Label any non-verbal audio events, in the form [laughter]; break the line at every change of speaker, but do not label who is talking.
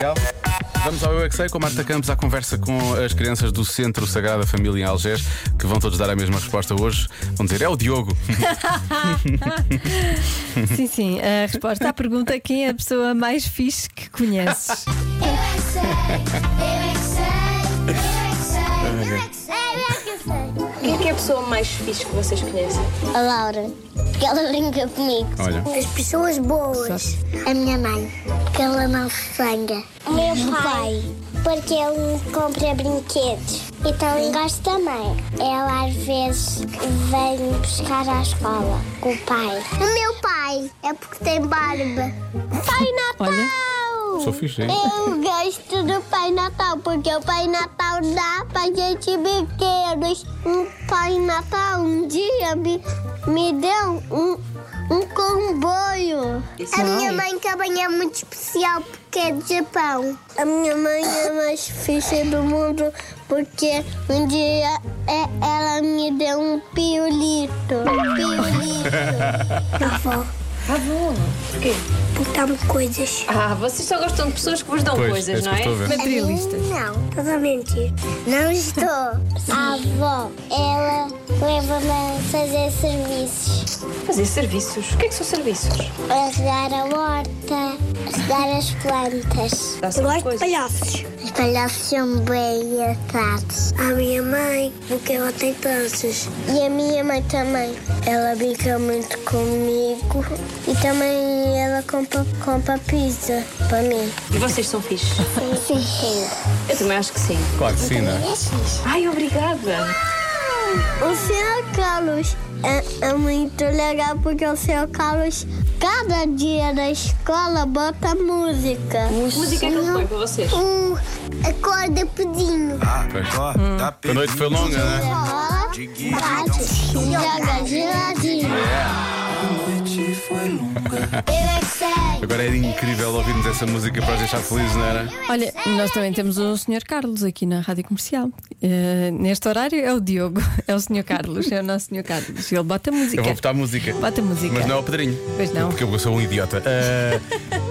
Legal. Vamos ao Eu é que Sei, com a Marta Campos à conversa com as crianças do Centro Sagrada Família em Algés, que vão todos dar a mesma resposta hoje. Vão dizer, é o
[laughs]
Diogo.
Sim, sim. A resposta à pergunta é quem é a pessoa mais fixe que conheces.
Eu é que sei, eu é que sei, eu é que sei, eu é que sei, eu é que sei, eu é que
Quem é que é a pessoa mais fixe que vocês conhecem?
sei. A Laura, porque ela brinca comigo.
Olha.
As pessoas boas. A minha mãe, porque ela não sangra. O meu pai, porque ele compra brinquedos. E também gosto da mãe. Ela às vezes vem buscar à escola com o pai. O meu pai é porque tem barba. Pai Natal!
Olha.
Sou fixe, hein?
Eu gosto do Pai Natal, porque o Pai Natal dá pra gente brinquedos. Um Pai Natal um dia me, me deu um, um comboio. A minha mãe também é muito especial porque é do Japão. A minha mãe é a mais fixe do mundo porque um dia é- ela me deu um piolito. Um
[laughs]
piolito. Avó,
Ah, bom. Porquê?
contar-me coisas.
Ah, vocês só gostam de pessoas que vos dão
Pois, é
coisas,
isso
não
que eu estou
é?
a ver.
Materialistas.
Não, estás a mentir. Não [laughs] estou. a avó, ela leva-me a fazer serviços.
Fazer serviços. O que é que são serviços?
A regar a horta, a regar as plantas.
Dá-se alguma coisa?
palhaços. Os palhaços são bem atados. A minha mãe, porque ela tem tranças. E a minha mãe também. Ela brinca muito comigo. E também ela compra, compra pizza para [laughs] mim.
E vocês são [laughs] fixes?
Sim. Sim.
Eu também acho que sim.
Claro que sim, não é?
Ai, obrigada.
O seu Carlos é, é muito legal porque o seu Carlos, cada dia na escola, bota música.
Que música é que ele põe para vocês?
O acorda pudim.
A noite foi longa, não é?
Rola, bate, joga geladinho. Eu é que sei.
Agora era incrível ouvirmos essa música para os deixar felizes, não é? era?
Olha, nós também temos o Sr. Carlos aqui na Rádio Comercial. Eh, neste horário é o Diogo, é o Sr. Carlos, é o nosso Sr. Carlos. Ele bota
Eu
música.
vou botar música.
Bota música.
Mas não ao Pedrinho.
Pois não.
Porque eu sou um idiota. Ah,